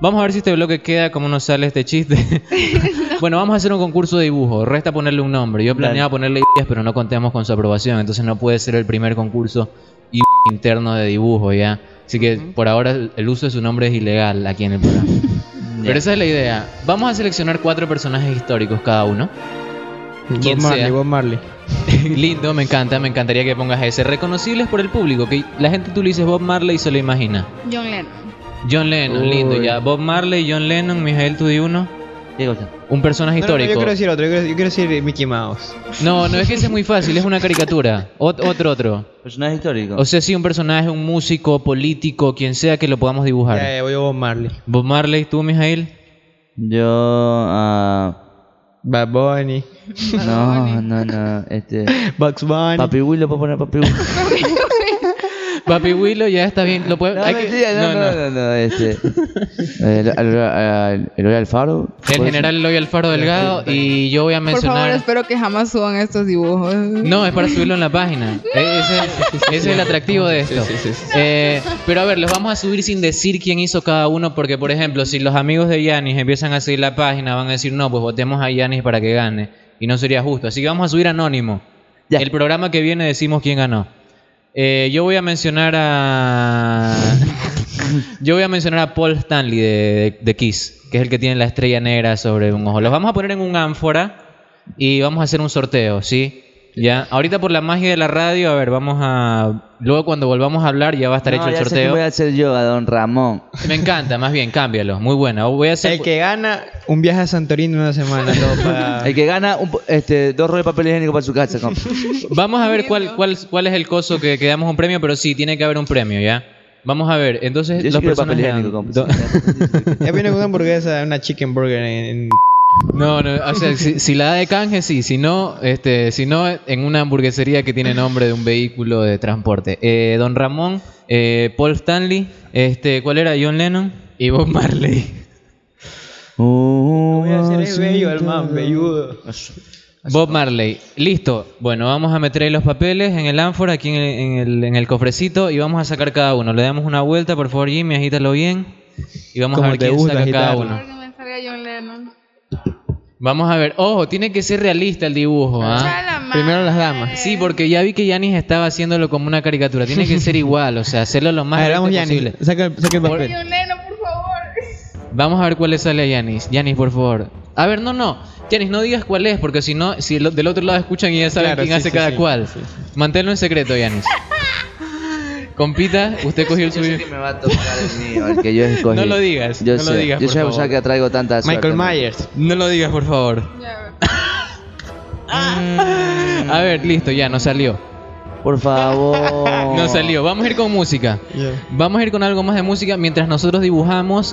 Vamos a ver si este bloque queda como nos sale este chiste. Bueno, vamos a hacer un concurso de dibujo. Resta ponerle un nombre. Yo planeaba ponerle ideas, pero no contamos con su aprobación. Entonces no puede ser el primer concurso i- interno de dibujo, ¿ya? Así que por ahora el uso de su nombre es ilegal aquí en el programa. Pero esa es la idea. Vamos a seleccionar cuatro personajes históricos cada uno. Quien Bob Marley, sea. Bob Marley. Lindo, me encanta, me encantaría que pongas ese. Reconocibles por el público, que la gente tú le dices Bob Marley y se lo imagina. John Lennon. John Lennon, Uy. lindo, ya. Bob Marley, John Lennon, Mijael, tú di uno. Diego, ya. Un personaje No, no, no, yo histórico. quiero decir otro, yo quiero, yo quiero decir Mickey Mouse. No, no es que ese es muy fácil, es una caricatura. Ot- otro, otro. Personaje histórico. O sea, sí, un personaje, un músico, político, quien sea que lo podamos dibujar. Ya, ya, voy a Bob Marley. Bob Marley, tú, Mijael. Yo. ah, Bad Bunny, no, no, no. Este. Bugs Bunny. Papi Willo, puedo poner Papi Willo. Papi Willow, ya está bien. Lo puede- No, hay que- mentira, no, no, no. no, no, no, este. El, el, el, ah, el pues, Eloy Alfaro. El ¿puedo general Eloy Alfaro Delgado y yo voy a Por favor, mencionar... espero que jamás suban estos dibujos. No, es para subirlo en la página. E- Ese, ese es el atractivo de esto. Eh, pero a ver, los vamos a subir sin decir quién hizo cada uno, porque por ejemplo, si los amigos de Yanis empiezan a seguir la página, van a decir, no, pues votemos a Yanis para que gane. Y no sería justo. Así que vamos a subir anónimo. Ya. El programa que viene decimos quién ganó. Eh, yo voy a mencionar a... Yo voy a mencionar a Paul Stanley de, de- de Kiss, que es el que tiene la estrella negra sobre un ojo. Los vamos a poner en un ánfora y vamos a hacer un sorteo, ¿sí? Ya, ahorita por la magia de la radio, a ver, vamos a... Luego cuando volvamos a hablar ya va a estar No, hecho el ya sé que sorteo. voy a hacer yo a Don Ramón. Me encanta, más bien, cámbialo. Muy buena. Voy a hacer... El que gana un viaje a Santorini en una semana. todo Ah. para- El que gana un, po- este, dos rollos de papel higiénico para su casa. compa. Vamos a ver cuál, cuál, cuál es el coso que, que damos un premio, pero sí, tiene que haber un premio, ¿ya? Vamos a ver, entonces... Yo sí los quiero papel personajes- higiénico, compa. Ya viene con una hamburguesa, una chicken burger en... en- No, no, o sea, si, si la da de canje, sí, si no, este, si no, en una hamburguesería que tiene nombre de un vehículo de transporte. Eh, Don Ramón, eh, Paul Stanley, este, ¿cuál era? John Lennon y Bob Marley. Oh, Voy a hacer el bello, el más velludo. Bob Marley, listo. Bueno, vamos a meter ahí los papeles en el ánfora, aquí en el, en el- en el cofrecito, y vamos a sacar cada uno. Le damos una vuelta, por favor, Jimmy, agítalo bien. Y vamos a Como ver te quién gusta saca cada agitarlo. uno. que me salga John Lennon. Vamos a ver. Ojo, tiene que ser realista el dibujo, ¿ah? Primero las damas. Sí, porque ya vi que Yanis estaba haciéndolo como una caricatura. Tiene que ser igual, o sea, hacerlo lo A más ver, vamos, realista Yanni. posible. Saca, el- saca el Por- papel. John Lennon, por favor. Vamos a ver cuál le sale a Yanis. Yanis, por favor. A ver, no, no. Yanis, no digas cuál es, porque si no, si lo- del otro lado escuchan y ya saben Claro, quién sí, hace sí, cada sí, cual. Manténlo en secreto, Yanis. Compita, usted cogió el Yo sé suyo. que me va a tocar el mío, el que yo escogí. No lo digas, Yo no lo sé, digas, Yo por sé favor. ya que traigo tanta suerte. Michael Myers. No lo digas, por favor. Ya, A ver, listo, ya, no salió. Por favor. No salió. Vamos a ir con música. Ya. Vamos a ir con algo más de música mientras nosotros dibujamos